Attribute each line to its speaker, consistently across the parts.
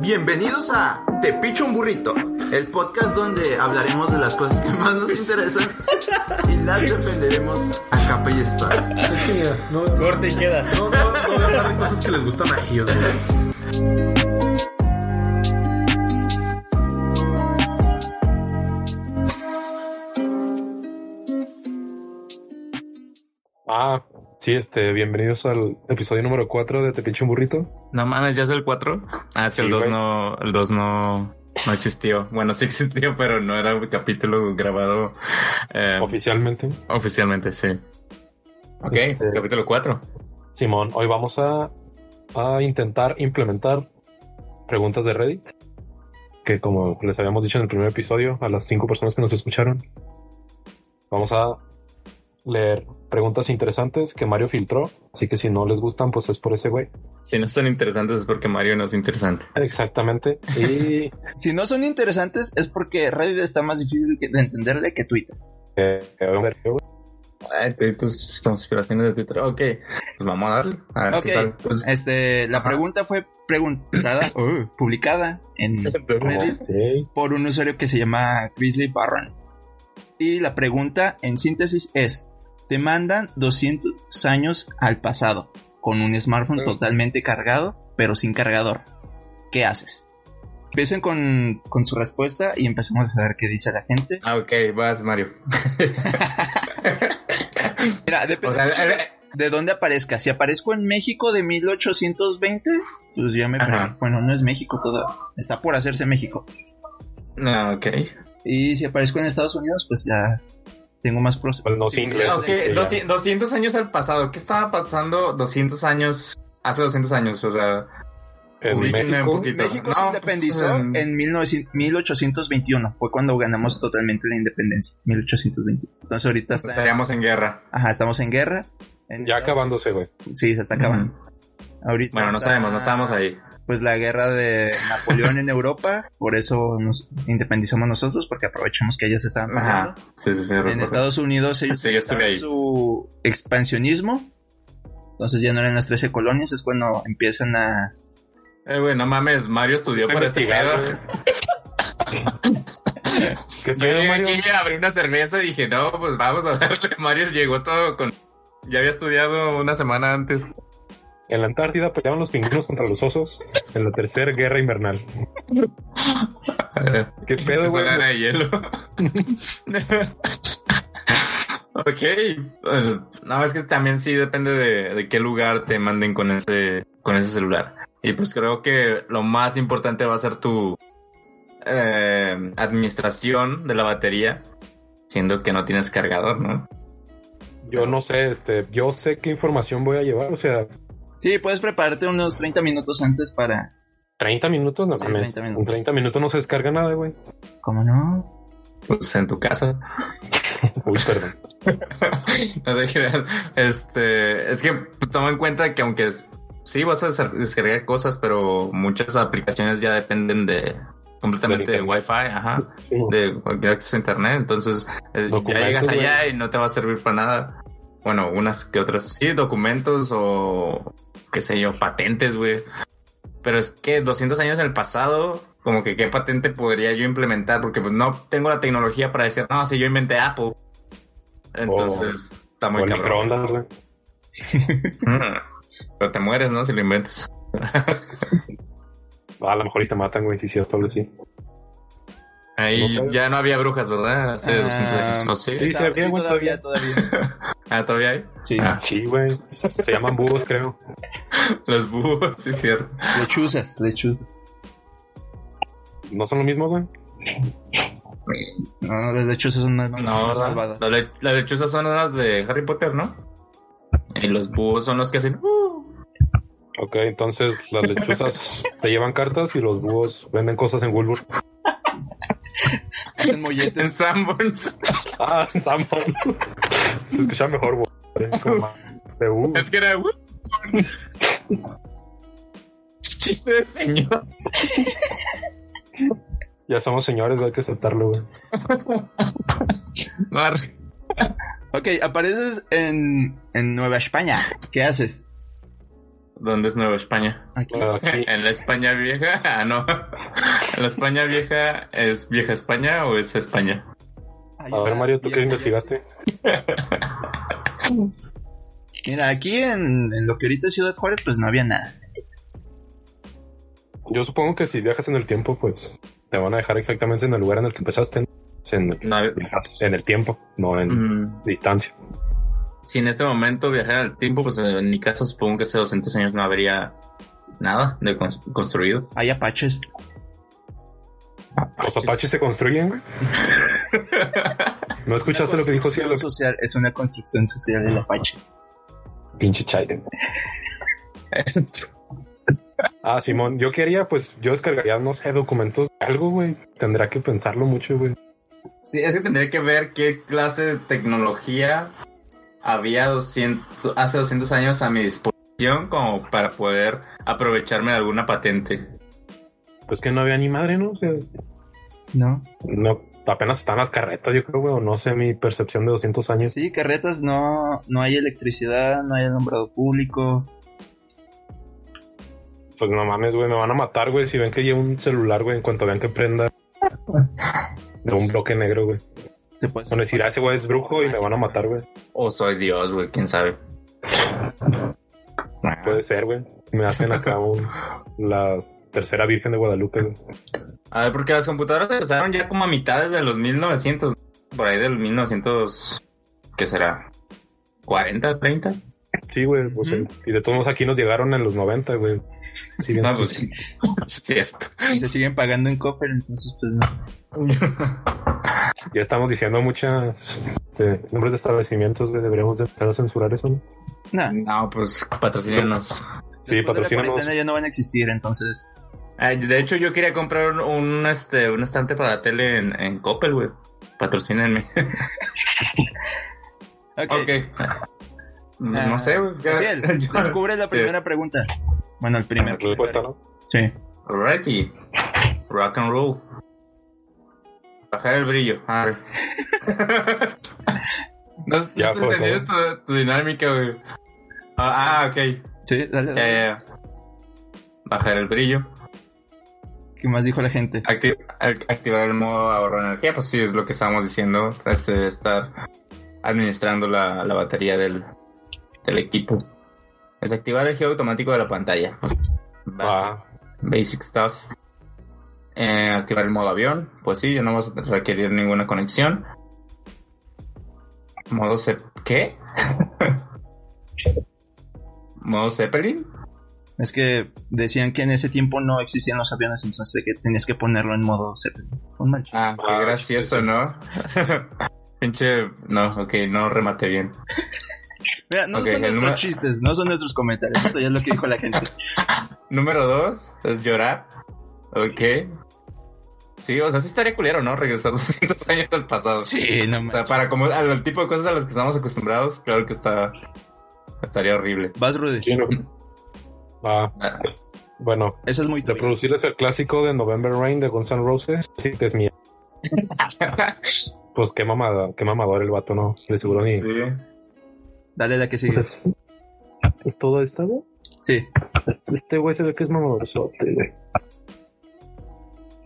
Speaker 1: Bienvenidos a Te Picho un Burrito, el podcast donde hablaremos de las cosas que más nos interesan y las defenderemos a capa y espada.
Speaker 2: Es que mira, no, no,
Speaker 3: Corte y queda.
Speaker 2: no, no voy a hablar de cosas que les gustan a ellos, güey.
Speaker 4: Ah, sí, este, bienvenidos al episodio número 4 de Te Pincho un Burrito.
Speaker 3: No mames, ya es el 4. Ah, sí,
Speaker 4: Sí,
Speaker 3: el 2
Speaker 4: güey.
Speaker 3: no, el 2 no, no existió. Bueno, sí existió, pero no era un capítulo grabado eh,
Speaker 4: Oficialmente,
Speaker 3: oficialmente, sí. Ok,
Speaker 4: Este-
Speaker 3: capítulo 4.
Speaker 4: Simón, hoy vamos a, a intentar implementar preguntas de Reddit. Que como les habíamos dicho en el primer episodio, a las cinco personas que nos escucharon, vamos a leer preguntas interesantes que Mario filtró. Así que si no les gustan, pues es por ese güey.
Speaker 3: Si no son interesantes es porque Mario no es interesante.
Speaker 4: Exactamente. Y
Speaker 1: Si no son interesantes es porque Reddit está más difícil que- de entenderle que Twitter.
Speaker 4: eh, a ver, güey.
Speaker 3: Ay, te- tus conspiraciones de Twitter. Ok, pues vamos a darle. A ver qué
Speaker 1: Ok.
Speaker 3: tal. Pues-
Speaker 1: Este, la
Speaker 3: Ajá.
Speaker 1: pregunta fue preguntada,
Speaker 3: Uh,
Speaker 1: publicada en Reddit
Speaker 4: Ok.
Speaker 1: por un usuario que se llama Grizzly Barron. Y la pregunta en síntesis es, te mandan 200 años al pasado con un smartphone
Speaker 3: Mm.
Speaker 1: totalmente cargado pero sin cargador. ¿Qué haces? Empiecen con, con su respuesta y empezamos a saber qué dice la gente.
Speaker 3: ah, ok, vas, Mario.
Speaker 1: Mira, depende
Speaker 3: o sea,
Speaker 1: mucho
Speaker 3: eh,
Speaker 1: de dónde aparezca. Si aparezco en México de 1820, pues ya me...
Speaker 3: Ajá.
Speaker 1: fregué. Bueno, no es México todavía. Está por hacerse México.
Speaker 3: no, ok.
Speaker 1: Y si aparezco en Estados Unidos, pues ya tengo más pros.
Speaker 4: Bueno, no sé inglés.
Speaker 3: Ok,
Speaker 4: así que ya.
Speaker 3: 200, 200 años al pasado. ¿Qué estaba pasando 200 años? Hace 200 años, o sea,
Speaker 4: En
Speaker 3: ubíquenme
Speaker 4: México,
Speaker 3: un poquito.
Speaker 1: México se
Speaker 3: No,
Speaker 1: independizó
Speaker 3: pues, em,
Speaker 1: en 1900 1821. Fue cuando ganamos totalmente la independencia. 1821. Entonces ahorita
Speaker 3: Pues,
Speaker 1: está-
Speaker 3: estaríamos en guerra.
Speaker 1: ajá, estamos en guerra. En
Speaker 4: ya
Speaker 1: Estados-
Speaker 4: acabándose, güey.
Speaker 1: Sí, se está acabando. Ahorita
Speaker 3: Bueno, no
Speaker 1: está,
Speaker 3: sabemos, no estábamos ahí.
Speaker 1: Pues la guerra de Napoleón en Europa. Por eso nos independizamos nosotros, porque aprovechamos que ellas estaban
Speaker 3: Ajá.
Speaker 1: peleando.
Speaker 3: Sí, sí, sí.
Speaker 1: En
Speaker 3: recuerdo.
Speaker 1: Estados Unidos ellos
Speaker 3: Sí, yo estuve
Speaker 1: empezaron
Speaker 3: ahí.
Speaker 1: su expansionismo. Entonces ya no eran las 13 colonias, es cuando empiezan a
Speaker 3: Eh, güey, no mames, Mario estudió para este pedo.
Speaker 4: ¿Qué
Speaker 3: Yo
Speaker 4: pedo,
Speaker 3: llegué
Speaker 4: Mario?
Speaker 3: aquí, abrí una cerveza y dije, no, pues vamos a darle. Mario llegó todo con... Ya había estudiado una semana antes.
Speaker 4: En la Antártida peleaban los pingüinos contra los osos en la tercera guerra invernal.
Speaker 3: Eh,
Speaker 4: ¿Qué pedo,
Speaker 3: Eso
Speaker 4: güey?
Speaker 3: era de hielo. ok. eh, No, es que también sí depende de, de qué lugar te manden con ese, con ese celular. Y pues creo que lo más importante va a ser tu eh, administración de la batería, siendo que no tienes cargador, ¿no?
Speaker 4: Yo no sé, este, yo sé qué información voy a llevar, o sea,
Speaker 1: Sí, puedes prepararte unos 30 minutos antes para...
Speaker 4: 30 minutos, no
Speaker 1: Sí,
Speaker 4: mames.
Speaker 1: 30 minutos.
Speaker 4: En 30 minutos no se descarga nada, güey.
Speaker 1: ¿Cómo no?
Speaker 3: Pues en tu casa.
Speaker 4: Uy, perdón.
Speaker 3: No te creas. Este, es que pues, toma en cuenta que aunque es- sí vas a desar- descargar cosas, pero muchas aplicaciones ya dependen de completamente de
Speaker 4: Del
Speaker 3: Wi-Fi, ajá, de cualquier acceso a internet. Entonces eh, ya
Speaker 4: Documentos,
Speaker 3: llegas allá
Speaker 4: güey.
Speaker 3: y no te va a servir para nada. Bueno, unas que otras sí, documentos o qué sé yo, patentes, güey. Pero es que 200 años en el pasado, como que qué patente podría yo implementar, porque pues no tengo la tecnología para decir, no, si yo inventé Apple. Entonces, está
Speaker 4: O
Speaker 3: muy
Speaker 4: el
Speaker 3: cabrón.
Speaker 4: microondas, güey.
Speaker 3: Mm. Pero te mueres, ¿no? Si lo inventas.
Speaker 4: Ah, a lo mejor y te matan, güey, si sí, hasta ahora sí.
Speaker 3: Ahí
Speaker 4: No sé.
Speaker 3: ya no había brujas, ¿verdad? Hace 200 años. ¿O sí?
Speaker 4: Ah, sí,
Speaker 1: está-
Speaker 4: todavía, güey,
Speaker 1: todavía, todavía.
Speaker 3: Ah, todavía hay.
Speaker 1: Sí,
Speaker 3: Ah.
Speaker 4: Sí, güey. Se llaman búhos, creo.
Speaker 3: Los búhos, sí, cierto.
Speaker 1: lechuzas, lechuzas.
Speaker 4: ¿No son lo mismo, güey?
Speaker 1: No, no, las lechuzas son más,
Speaker 3: No,
Speaker 1: más
Speaker 3: ¿verdad?
Speaker 1: malvadas.
Speaker 3: Las le- las lechuzas son las de Harry Potter, ¿no? Y los búhos son los que hacen. "Uh".
Speaker 4: Ok, entonces las lechuzas te llevan cartas y los búhos venden cosas en Woolworth.
Speaker 1: Hacen
Speaker 3: En
Speaker 1: molletes.
Speaker 3: Sanborns.
Speaker 4: Ah, Samson. Se escucha mejor, güey. Es como más de uh.
Speaker 3: Es que era. "Uh". Chiste de señor.
Speaker 4: Ya somos señores, güey, hay que aceptarlo, güey.
Speaker 3: No, arre.
Speaker 1: Ok, apareces en, en Nueva España. ¿Qué haces?
Speaker 3: ¿Dónde es Nueva España?
Speaker 1: Aquí.
Speaker 4: Aquí,
Speaker 3: ¿En la España vieja? Ah, no. ¿En la España vieja es vieja España o es España?
Speaker 4: a ver, Mario, ¿tú qué investigaste?
Speaker 1: Mira, aquí en, en lo que ahorita es Ciudad Juárez, pues no había nada.
Speaker 4: Yo supongo que si viajas en el tiempo, pues te van a dejar exactamente en el lugar en el que empezaste. ¿no? En el,
Speaker 3: No,
Speaker 4: viajas en el tiempo, no en
Speaker 3: mm,
Speaker 4: distancia.
Speaker 3: si en este momento viajara al tiempo, pues en mi casa supongo que hace 200 años no habría nada de cons- construido.
Speaker 1: Hay apaches.
Speaker 4: Los apaches se construyen, güey. ¿No escuchaste lo que dijo Cielo?
Speaker 1: Construcción social, es una construcción social del apache.
Speaker 4: Pinche Chayden. Ah, Simón, yo quería, pues, yo descargaría, no sé, documentos de algo, güey. Tendrá que pensarlo mucho, güey.
Speaker 3: Sí, es que tendría que ver qué clase de tecnología había 200, hace 200 años a mi disposición como para poder aprovecharme de alguna patente.
Speaker 4: Pues que no había ni madre, ¿no? O sea,
Speaker 1: ¿No?
Speaker 4: no apenas están las carretas, yo creo, güey, o no sé, mi percepción de 200 años.
Speaker 1: Sí, carretas, no, no hay electricidad, no hay alumbrado público.
Speaker 4: Pues no mames, güey, me van a matar, güey, si ven que llevo un celular, güey, en cuanto vean que prenda de un bloque negro, güey.
Speaker 1: Te puedes
Speaker 4: Van a decir, ah, ese güey es brujo y me van a matar, güey.
Speaker 3: O soy Dios, güey, quién sabe. Ah,
Speaker 4: Puede ser, güey. Me hacen acá un- la tercera virgen de Guadalupe, güey.
Speaker 3: A ver, porque las computadoras empezaron ya como a mitades de los 1900, por ahí del 1900, ¿qué será? ¿40, 30?
Speaker 4: Sí, güey, pues,
Speaker 1: Ujú.
Speaker 4: y de todos modos aquí nos llegaron en los 90, güey. Sí, bien.
Speaker 3: No, pues sí, es cierto.
Speaker 1: y se siguen pagando en Coppel, entonces pues no.
Speaker 4: Ya estamos diciendo muchas este, nombres de establecimientos, güey. Deberíamos de empezar a censurar eso, ¿no?
Speaker 1: Nah,
Speaker 3: No, pues patrocínanos.
Speaker 4: Sí,
Speaker 1: después de la
Speaker 4: patrocínanos.
Speaker 1: cuarentena ya no van a existir, entonces.
Speaker 3: Ah, De hecho, yo quería comprar un, un, este, un estante para la tele en, en Coppel, güey. Patrocínenme.
Speaker 1: Ok.
Speaker 3: Ok. Ah, pues no sé, güey. Ya-
Speaker 1: Maciel,
Speaker 3: yo-
Speaker 1: descubre la primera pregunta. Bueno, el primer.
Speaker 4: Respuesta, ¿no?
Speaker 1: Sí.
Speaker 3: Ricky. Rock and roll. Bajar el brillo. Ah, Arre. no no
Speaker 4: Ya,
Speaker 3: estoy
Speaker 4: por
Speaker 3: entendiendo tu, tu dinámica, güey. Ah, ah, ok.
Speaker 1: Sí, dale, dale.
Speaker 3: Ya,
Speaker 4: Eh.
Speaker 3: ya, ya. Bajar el brillo.
Speaker 1: ¿Qué más dijo la gente?
Speaker 3: Acti- ac- activar el modo ahorro de energía, pues sí, es lo que estábamos diciendo. Este, estar administrando la, la batería del, del equipo. Desactivar el giro automático de la pantalla. Básico.
Speaker 4: Ah,
Speaker 3: Basic Stuff. Eh, activar el modo avión. Pues sí, ya no vas a requerir ninguna conexión. Modo Ze- ¿Qué? ¿Modo Zeppelin?
Speaker 1: Es que decían que en ese tiempo no existían los aviones, entonces que tenías que ponerlo en modo Zeppelin. Un mal chiste.
Speaker 3: Ah, qué
Speaker 4: Ah,
Speaker 3: gracioso, ¿no? Pinche. No, ok, no remate bien.
Speaker 1: Mira, no
Speaker 3: ok,
Speaker 1: son
Speaker 3: el
Speaker 1: nuestros
Speaker 3: número-
Speaker 1: chistes, no son nuestros comentarios. Esto ya es lo que dijo la gente.
Speaker 3: Número dos es llorar. Ok. Sí, o sea, sí estaría culero, ¿no? Regresar 200 años al pasado.
Speaker 1: Sí, no
Speaker 3: O sea,
Speaker 1: manches.
Speaker 3: para como al tipo de cosas a las que estamos acostumbrados, claro que está estaría horrible.
Speaker 1: Vas, Rudy.
Speaker 4: sí, no. Ah,
Speaker 3: Ah,
Speaker 4: bueno.
Speaker 1: Esa es muy tuya.
Speaker 4: Reproducirles el clásico de November Rain de Guns N' Roses. Sí, que es mía. Pues qué mamada, qué mamador el vato, ¿no? De seguro ni...
Speaker 3: Sí.
Speaker 1: Dale la que sigue.
Speaker 4: Pues es, es todo esto, güey.
Speaker 1: Sí.
Speaker 4: Este güey se ve que es mamadorzote, güey.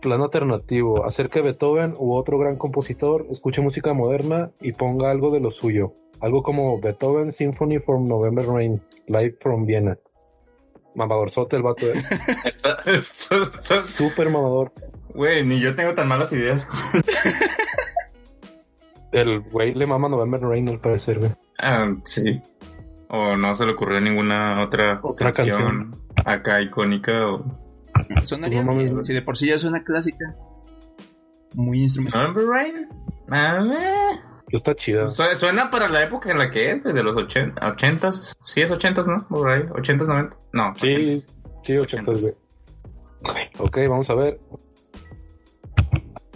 Speaker 4: Plan alternativo. Hacer que Beethoven u otro gran compositor escuche música moderna y ponga algo de lo suyo. Algo como Beethoven Symphony from November Rain, Live from Vienna. Mamadorzote el vato, eh.
Speaker 3: Está- está- está-
Speaker 4: Súper mamador.
Speaker 3: Güey, ni yo tengo tan malas ideas.
Speaker 4: El güey le mama November Rain al parecer, güey.
Speaker 3: Ah, sí. O no se le ocurrió ninguna otra,
Speaker 4: Otra
Speaker 3: canción, acá icónica. o-
Speaker 1: Sonaría
Speaker 4: Pues No mames,
Speaker 1: bien,
Speaker 4: güey.
Speaker 1: si de por sí ya es una clásica. Muy instrumental.
Speaker 3: November Rain. Ah, eh.
Speaker 4: Está chida.
Speaker 3: Su- Suena para la época en la que es, de los 80, 80s. Sí, es 80s, ¿no? Por ahí, 80s, 90. No,
Speaker 4: Sí.
Speaker 3: 80s.
Speaker 4: Sí, 80, güey. Ok, vamos a ver.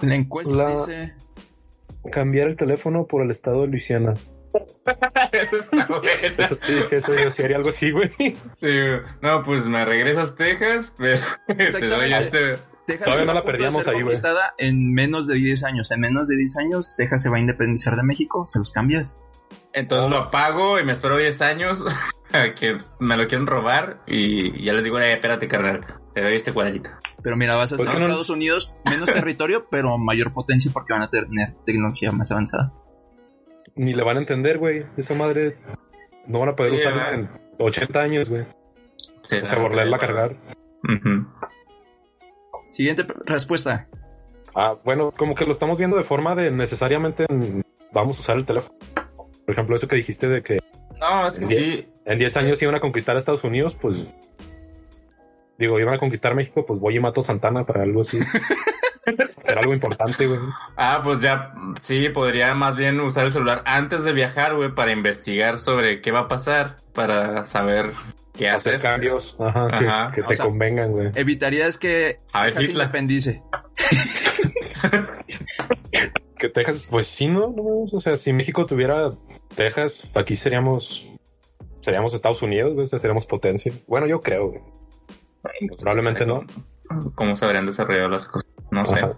Speaker 1: La encuesta
Speaker 4: Ah, La-
Speaker 1: dice.
Speaker 4: Cambiar el teléfono por el estado de Luisiana.
Speaker 3: Eso está bueno.
Speaker 4: Eso sí, sí, eso yo sí haría algo así, güey.
Speaker 3: Sí, no, pues me regresas Texas, pero te doy
Speaker 1: Exactamente.
Speaker 3: este.
Speaker 1: Texas
Speaker 4: Todavía
Speaker 1: está
Speaker 4: no la
Speaker 1: a punto de
Speaker 4: perdíamos
Speaker 1: ser
Speaker 4: ahí, güey.
Speaker 1: conquistada En menos de 10 años. En menos de 10 años, Texas se va a independizar de México. Se los cambias.
Speaker 3: Entonces lo apago y me espero 10 años. que me lo quieren robar y ya les digo, "Eh, espérate, carnal, te doy este cuadrito.
Speaker 1: Pero mira, vas a
Speaker 4: ¿Por
Speaker 1: estar
Speaker 4: qué
Speaker 1: en
Speaker 4: Pues no?
Speaker 1: Estados Unidos, menos territorio, pero mayor potencia porque van a tener tecnología más avanzada.
Speaker 4: Ni le van a entender, güey. Esa madre no van a poder
Speaker 3: Sí,
Speaker 4: usarla
Speaker 3: ¿verdad?
Speaker 4: en 80 años, güey.
Speaker 3: Sí,
Speaker 4: O sea, volverla a cargar.
Speaker 3: Ujú.
Speaker 1: Siguiente p- respuesta.
Speaker 4: Ah, bueno, como que lo estamos viendo de forma de necesariamente en- vamos a usar el teléfono. Por ejemplo, eso que dijiste de que
Speaker 3: No, es que
Speaker 4: Bien.
Speaker 3: sí.
Speaker 4: en 10 años iban a conquistar a Estados Unidos, pues. Digo, iban a conquistar México, pues voy y mato a Santana para algo así. Será algo importante, güey.
Speaker 3: Ah, pues ya, sí, podría más bien usar el celular antes de viajar, güey, para investigar sobre qué va a pasar, para saber qué
Speaker 4: Hacer
Speaker 3: hacer.
Speaker 4: cambios ajá, que-
Speaker 3: Ajá.
Speaker 4: que,
Speaker 1: O
Speaker 4: te
Speaker 1: sea,
Speaker 4: convengan, güey.
Speaker 1: Evitarías que
Speaker 3: A ver,
Speaker 1: Texas se
Speaker 3: Hitler.
Speaker 1: independice.
Speaker 4: Que Texas, pues sí, no, no, o sea, si México tuviera Texas, aquí seríamos seríamos Estados Unidos, güey, o sea, seríamos potencia. Bueno, yo creo, güey. Pues Probablemente no.
Speaker 3: ¿Cómo se habrían desarrollado las cosas? No sé.
Speaker 4: Ajá.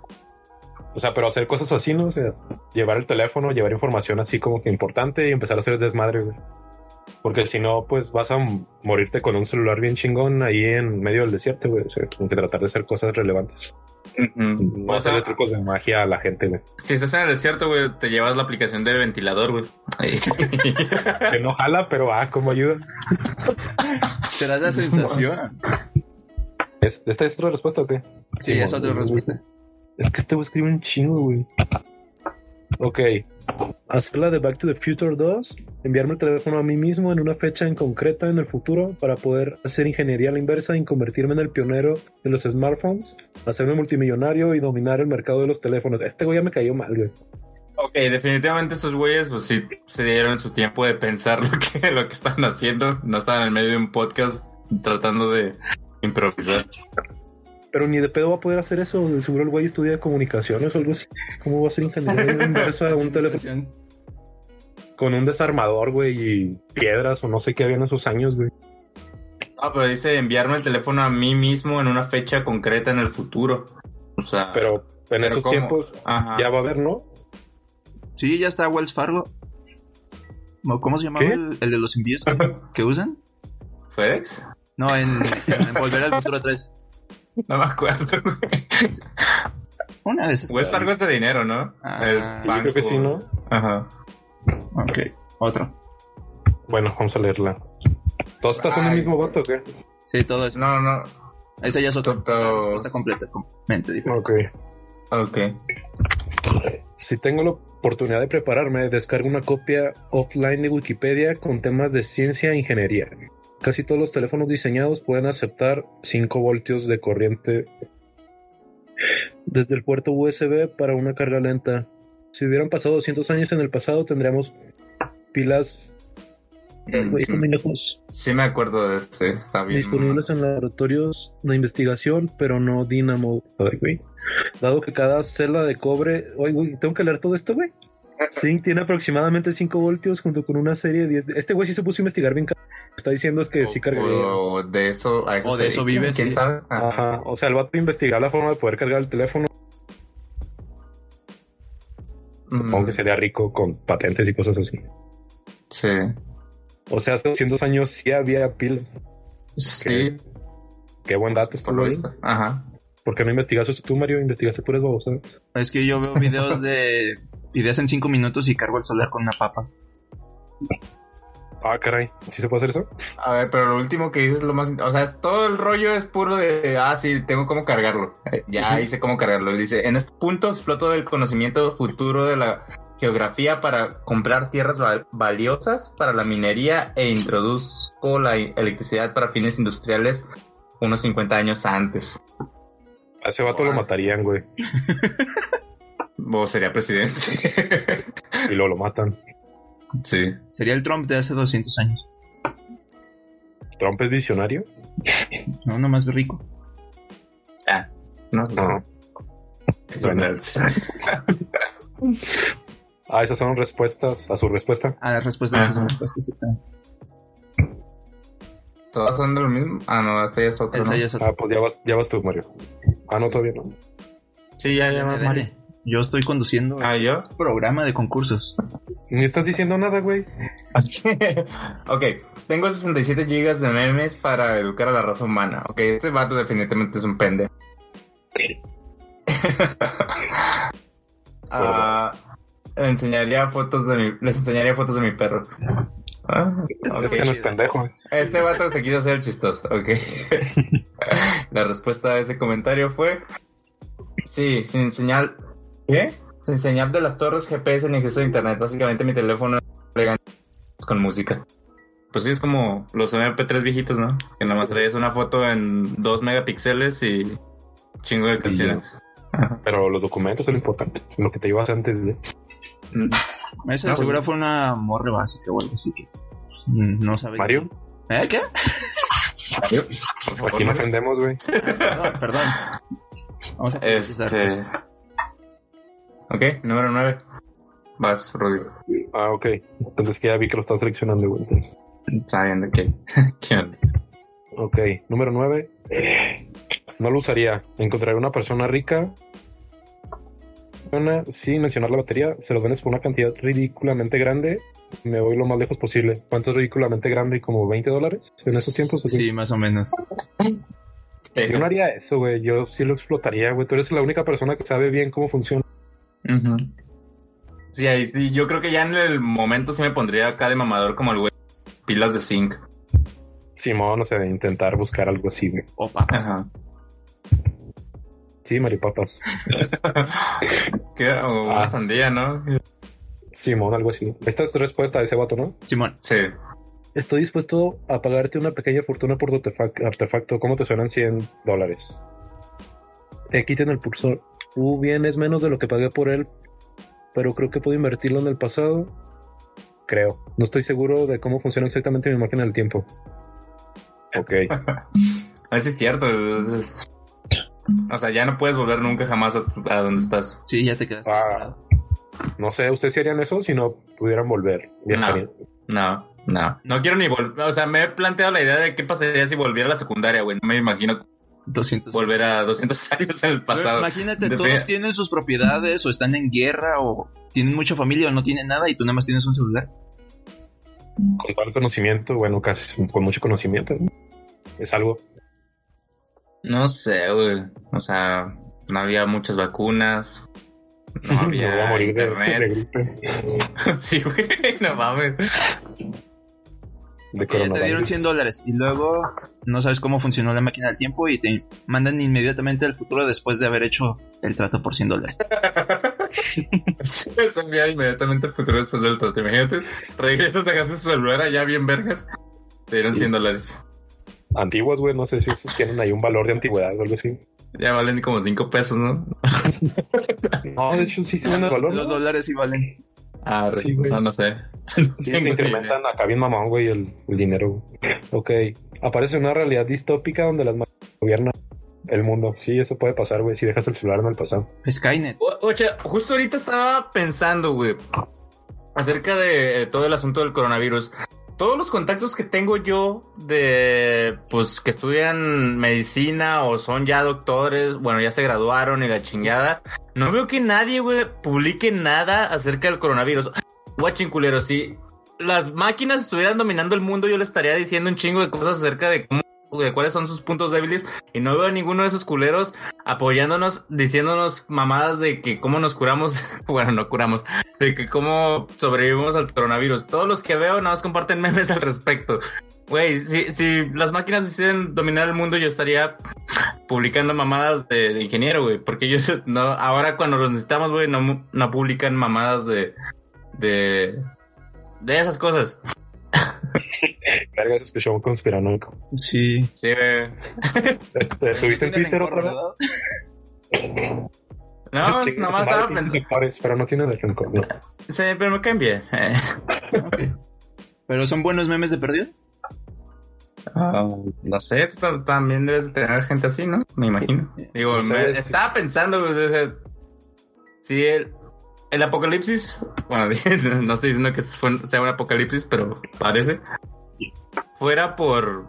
Speaker 4: O sea, pero hacer cosas así, ¿no? O sea, llevar el teléfono, llevar información así como que importante y empezar a hacer desmadre, güey. Porque si no, pues vas a m- morirte con un celular bien chingón ahí en medio del desierto, güey. O sea, como que tratar de hacer cosas relevantes.
Speaker 3: Ujú.
Speaker 4: No
Speaker 3: O sea,
Speaker 4: hacerle trucos de magia a la gente, güey.
Speaker 3: si estás en el desierto, güey, te llevas la aplicación de ventilador, güey.
Speaker 4: Que no jala, pero ah, cómo ayuda.
Speaker 1: Será la sensación.
Speaker 4: ¿Es, ¿Esta es otra respuesta o qué?
Speaker 1: Sí, es otra respuesta.
Speaker 4: Es que este güey escribe un chingo, güey. Ok. Hacerla de Back to the Future 2, enviarme el teléfono a mí mismo en una fecha en concreta en el futuro para poder hacer ingeniería a la inversa y convertirme en el pionero de los smartphones, hacerme multimillonario y dominar el mercado de los teléfonos. Este güey ya me cayó mal, güey.
Speaker 3: ok, definitivamente esos güeyes, pues sí, se dieron su tiempo de pensar lo que, lo que estaban haciendo. No estaban en medio de un podcast tratando de improvisar.
Speaker 4: Pero ni de pedo va a poder hacer eso. güey. Seguro el güey estudia comunicaciones o algo así. ¿Cómo va a ser ingeniero a la inversa a un teléfono?
Speaker 1: Sensación.
Speaker 4: Con un desarmador, güey, y piedras o no sé qué había en esos años, güey.
Speaker 3: Ah, pero dice enviarme el teléfono a mí mismo en una fecha concreta en el futuro. O sea,
Speaker 4: Pero en
Speaker 3: ¿pero
Speaker 4: esos
Speaker 3: cómo?
Speaker 4: tiempos
Speaker 3: Ajá.
Speaker 4: ya va a haber, ¿no?
Speaker 1: Sí, ya está Wells Fargo. No, ¿Cómo se llamaba
Speaker 4: ¿Qué?
Speaker 1: el, el de los envíos que usan?
Speaker 3: ¿FedEx?
Speaker 1: No, en, en Volver al Futuro 3.
Speaker 3: No me acuerdo, güey.
Speaker 1: Una de esas.
Speaker 3: Wells Fargo es de dinero, ¿no?
Speaker 1: Ah,
Speaker 3: es
Speaker 1: sí,
Speaker 4: Sí, yo creo que
Speaker 3: banco.
Speaker 4: sí, ¿no?
Speaker 3: Ajá.
Speaker 1: Ok, otro.
Speaker 4: Bueno, vamos a leerla. ¿Todos estás en el
Speaker 3: Ay.
Speaker 4: mismo voto o qué?
Speaker 1: Sí, todo eso.
Speaker 3: No, no.
Speaker 1: Esa ya es otra.
Speaker 3: Toto.
Speaker 1: La respuesta completa, completamente diferente.
Speaker 4: Ok.
Speaker 3: Ok.
Speaker 1: Eh,
Speaker 4: Si tengo la oportunidad de prepararme, descargo una copia offline de Wikipedia con temas de ciencia e ingeniería. Casi todos los teléfonos diseñados pueden aceptar 5 voltios de corriente desde el puerto USB para una carga lenta. Si hubieran pasado 200 años en el pasado, tendríamos pilas güey,
Speaker 3: Mm, Sí,
Speaker 4: con minujos.
Speaker 3: sí me acuerdo de ese. Está bien.
Speaker 4: disponibles en laboratorios de investigación, pero no Dynamo. Ay, güey. Dado que cada celda de cobre. Oye, güey, tengo que leer todo esto, güey. Zinc tiene aproximadamente 5 voltios junto con una serie de 10. de- Este güey sí se puso a investigar bien. cabrón. Está diciendo es que
Speaker 3: Oh,
Speaker 4: sí cargaría.
Speaker 3: O, o de eso, a eso
Speaker 1: O de
Speaker 3: se
Speaker 1: eso
Speaker 3: dedica,
Speaker 1: vives,
Speaker 3: ¿Quién
Speaker 1: sí.
Speaker 3: sabe? Ah,
Speaker 4: Ajá. O sea, el vato investigaba la forma de poder cargar el teléfono. Supongo que
Speaker 3: mm,
Speaker 4: sería rico con patentes y cosas así.
Speaker 3: sí.
Speaker 4: O sea, hace 200 años sí había pila.
Speaker 3: Sí,
Speaker 4: Qué buen dato,
Speaker 3: por lo visto. Ajá.
Speaker 4: ¿Por qué no investigaste eso tú, Mario? Investigaste puras babosas.
Speaker 1: Es que yo veo videos de ideas en 5 minutos y cargo el solar con una papa.
Speaker 4: Ah, caray. ¿Sí se puede hacer eso?
Speaker 3: A ver, pero lo último que dices es lo más... O sea, es- todo el rollo es puro de... Ah, sí, tengo cómo cargarlo. Eh, Ya hice cómo cargarlo. Dice, en este punto exploto el conocimiento futuro de la geografía para comprar tierras val- valiosas para la minería e introduzco la i- electricidad para fines industriales unos 50 años antes.
Speaker 4: A ese vato lo
Speaker 3: Wow.
Speaker 4: matarían, güey.
Speaker 3: Vos sería presidente.
Speaker 4: Y luego lo matan.
Speaker 3: sí.
Speaker 1: Sería el Trump de hace 200 años.
Speaker 4: ¿Trump es visionario?
Speaker 1: No, nomás rico.
Speaker 3: Ah, no, pues, eso es
Speaker 4: Bueno.
Speaker 3: verdad.
Speaker 4: Ah, esas son respuestas a su respuesta.
Speaker 1: Ah, la respuesta es
Speaker 3: Ajá.
Speaker 1: esa respuesta. exactamente.
Speaker 3: ¿Todas son de lo mismo? Ah, no, esta ya es otra,
Speaker 1: Esa
Speaker 3: ¿no?
Speaker 1: ya es otra.
Speaker 4: Ah, pues ya vas, ya vas tú, Mario. Ah, no, todavía no.
Speaker 3: Sí, ya, ya,
Speaker 1: Dale,
Speaker 3: va,
Speaker 1: dale.
Speaker 3: Mario.
Speaker 1: Yo estoy conduciendo
Speaker 3: Ah, ¿yo?
Speaker 1: un programa de concursos.
Speaker 4: Ni estás diciendo nada, güey.
Speaker 3: ok, tengo 67 gigas de memes para educar a la raza humana. Ok, este vato definitivamente es un pendejo. Ah, enseñaría fotos de mi, les enseñaría fotos de mi perro. Ah, ok.
Speaker 4: Es que no es pendejo. güey.
Speaker 3: Este vato se quiso hacer chistoso, ok. La respuesta a ese comentario fue: Sí, sin señal. ¿Qué? Sin señal de las torres GPS ni acceso a internet. Básicamente mi teléfono es elegante con música. Pues sí, es como los MP3 viejitos, ¿no? Que nada más traes una foto en 2 megapíxeles y chingo de canciones.
Speaker 4: Pero los documentos es lo importante. Lo que te ibas antes de.
Speaker 3: Mm,
Speaker 1: Esa de
Speaker 3: No, pues-
Speaker 1: seguro fue una morra básica o algo así que. mm, No sabe.
Speaker 4: Mario,
Speaker 1: ¿Eh? ¿Qué?
Speaker 3: Mario, por favor,
Speaker 4: aquí no
Speaker 3: Mario.
Speaker 4: aprendemos, güey.
Speaker 1: Perdón, perdón. Vamos a precisar,
Speaker 3: Este.
Speaker 1: pues.
Speaker 3: Ok, número 9. Vas, Rodrigo.
Speaker 4: Ah, ok. Entonces que ya vi que lo estás seleccionando, güey. entonces.
Speaker 3: Saben de qué. ¿Qué onda?
Speaker 4: Ok, número 9. No lo usaría. Encontraré una persona rica. Una, sin mencionar la batería, se los vendes por una cantidad ridículamente grande. Me voy lo más lejos posible. ¿Cuánto es ridículamente grande? ¿Como 20 dólares? En esos tiempos. así.
Speaker 1: Sí, más o menos.
Speaker 4: Yo no haría eso, güey. Yo sí lo explotaría, güey. Tú eres la única persona que sabe bien cómo funciona.
Speaker 3: Ujú. Sí, ahí sí, yo creo que ya en el momento sí me pondría acá de mamador como el güey. Pilas de zinc.
Speaker 4: Simón, o sea, intentar buscar algo así, güey.
Speaker 1: O papas.
Speaker 3: Ajá.
Speaker 4: Sí, maripapas.
Speaker 3: ¿Qué? O una
Speaker 4: Ah.
Speaker 3: sandía, ¿no?
Speaker 4: Simón, algo así. Esta es respuesta a ese vato, ¿no?
Speaker 1: Simón,
Speaker 3: Sí.
Speaker 4: Estoy dispuesto a pagarte una pequeña fortuna por tu artefac- artefacto. ¿Cómo te suenan 100 dólares? Te quiten el pulsor. Uh, bien, es menos de lo que pagué por él, pero creo que puedo invertirlo en el pasado. Creo. No estoy seguro de cómo funciona exactamente mi máquina del tiempo. Ok.
Speaker 3: A ver si es cierto. es- O sea, ya no puedes volver nunca jamás a, tu- a donde estás.
Speaker 1: sí, ya te quedaste.
Speaker 4: Ah.
Speaker 1: parado.
Speaker 4: No sé, ¿ustedes sí harían eso si no pudieran volver? Viajarían.
Speaker 3: No, no. No quiero ni volver. O sea, me he planteado la idea de qué pasaría si volviera a la secundaria, güey. No me imagino
Speaker 1: 200.
Speaker 3: volver a 200 años en el pasado.
Speaker 1: Imagínate,
Speaker 3: De
Speaker 1: todos
Speaker 3: fe-
Speaker 1: tienen sus propiedades o están en guerra o tienen mucha familia o no tienen nada y tú nada más tienes un celular. Eh,
Speaker 4: Con todo el conocimiento, bueno, casi con mucho conocimiento. ¿no? Es algo.
Speaker 3: No sé, güey. O sea, no había muchas vacunas. No
Speaker 4: Me voy a
Speaker 3: había
Speaker 4: morir de-
Speaker 3: internet.
Speaker 4: de gripe,
Speaker 3: sí, güey, no mames.
Speaker 4: de
Speaker 1: Y ya te dieron
Speaker 4: coronavirus.
Speaker 1: 100 dólares y luego no sabes cómo funcionó la máquina del tiempo y te mandan inmediatamente al futuro después de haber hecho el trato por 100 dólares.
Speaker 3: Se envía inmediatamente al futuro después del trato. Imagínate, regresas, dejaste su celular allá bien vergas. Te dieron 100 dólares.
Speaker 4: antiguas, güey. No sé si esos tienen ahí un valor de antigüedad o algo así.
Speaker 3: Ya valen como 5 pesos, ¿no?
Speaker 4: No, de hecho, sí tienen
Speaker 1: Los,
Speaker 4: valor.
Speaker 1: los
Speaker 4: ¿no?
Speaker 1: dólares sí valen.
Speaker 3: Ah,
Speaker 4: Sí,
Speaker 3: sí,
Speaker 4: güey.
Speaker 3: no, no sé.
Speaker 4: Sí, se incrementan acá bien mamón, güey, el, el dinero. güey. Ok. Aparece una realidad distópica donde las máquinas gobiernan el mundo. Sí, eso puede pasar, güey, si dejas el celular en el pasado.
Speaker 1: Skynet.
Speaker 3: O- Oye, justo ahorita estaba pensando, güey, acerca de eh, todo el asunto del coronavirus. Todos los contactos que tengo yo de, pues, que estudian medicina o son ya doctores, bueno, ya se graduaron y la chingada, no veo que nadie, güey, publique nada acerca del coronavirus. Guachín culero, si las máquinas estuvieran dominando el mundo, yo le estaría diciendo un chingo de cosas acerca de cómo, de cuáles son sus puntos débiles y no veo a ninguno de esos culeros apoyándonos, diciéndonos mamadas de que cómo nos curamos, bueno, no curamos, de que cómo sobrevivimos al coronavirus. Todos los que veo nada más comparten memes al respecto. Güey, si, si las máquinas deciden dominar el mundo, yo estaría publicando mamadas de, de ingeniero, güey. Porque ellos no, ahora cuando los necesitamos, güey, no, mu- no publican mamadas de, de, de esas cosas.
Speaker 4: Verga, eso escuchó un conspiranoico.
Speaker 1: Sí.
Speaker 3: Sí, güey.
Speaker 4: Este, ¿Estuviste en
Speaker 1: Tienen
Speaker 4: Twitter otra vez?
Speaker 1: engordado.
Speaker 3: No,
Speaker 4: Chingue su
Speaker 3: nomás
Speaker 4: madre,
Speaker 3: estaba
Speaker 4: tiene
Speaker 3: pensando.
Speaker 4: rencores, Pero no tiene rencor, no.
Speaker 3: Sí, pero me cambié.
Speaker 1: Pero son buenos memes de perdido.
Speaker 3: Ah, no sé, tú tam- también debes de tener gente así, ¿no? Me imagino. Digo,
Speaker 4: No sé,
Speaker 3: me-
Speaker 4: sí.
Speaker 3: estaba pensando, güey, o sea, si el, el apocalipsis, bueno, no estoy diciendo que fue- sea un apocalipsis, pero parece, fuera por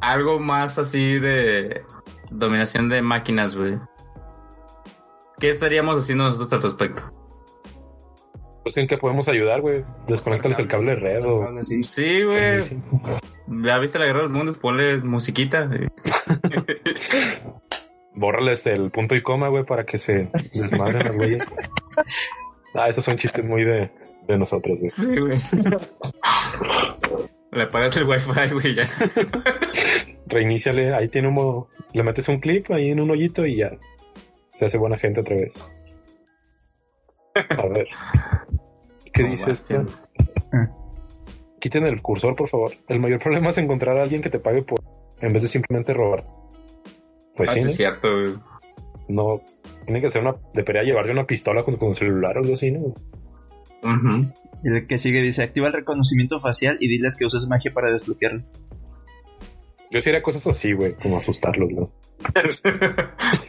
Speaker 3: algo más así de dominación de máquinas, güey. ¿Qué estaríamos haciendo nosotros al respecto?
Speaker 4: Pues en que podemos ayudar, güey. Desconéctales el cable de red o.
Speaker 5: Hablan así.
Speaker 3: Sí, güey. Ya viste la guerra de los mundos, ponles musiquita. güey.
Speaker 4: Bórrales el punto y coma, güey, para que se desmadren las güeyes. Ah, esos son chistes muy de, de nosotros, güey.
Speaker 3: Sí, güey. Le apagas el wifi, güey, ya.
Speaker 4: Reiníciale, ahí tiene un modo. Le metes un clip ahí en un hoyito y ya. Se hace buena gente otra vez. A ver. ¿Qué
Speaker 3: Como
Speaker 4: dice esto?
Speaker 3: Bastian.
Speaker 4: Quiten el cursor, por favor. El mayor problema es encontrar a alguien que te pague por. en vez de simplemente robar. Pues
Speaker 3: Ah,
Speaker 4: sí,
Speaker 3: sí,
Speaker 4: ¿no?
Speaker 3: es cierto, güey.
Speaker 4: no tiene que ser una debería llevarle una pistola con, con celular o algo así ¿no?
Speaker 3: Ujú.
Speaker 1: Y el que sigue dice, activa el reconocimiento facial y diles que usas magia para desbloquearlo.
Speaker 4: yo sí haría cosas así güey como asustarlos no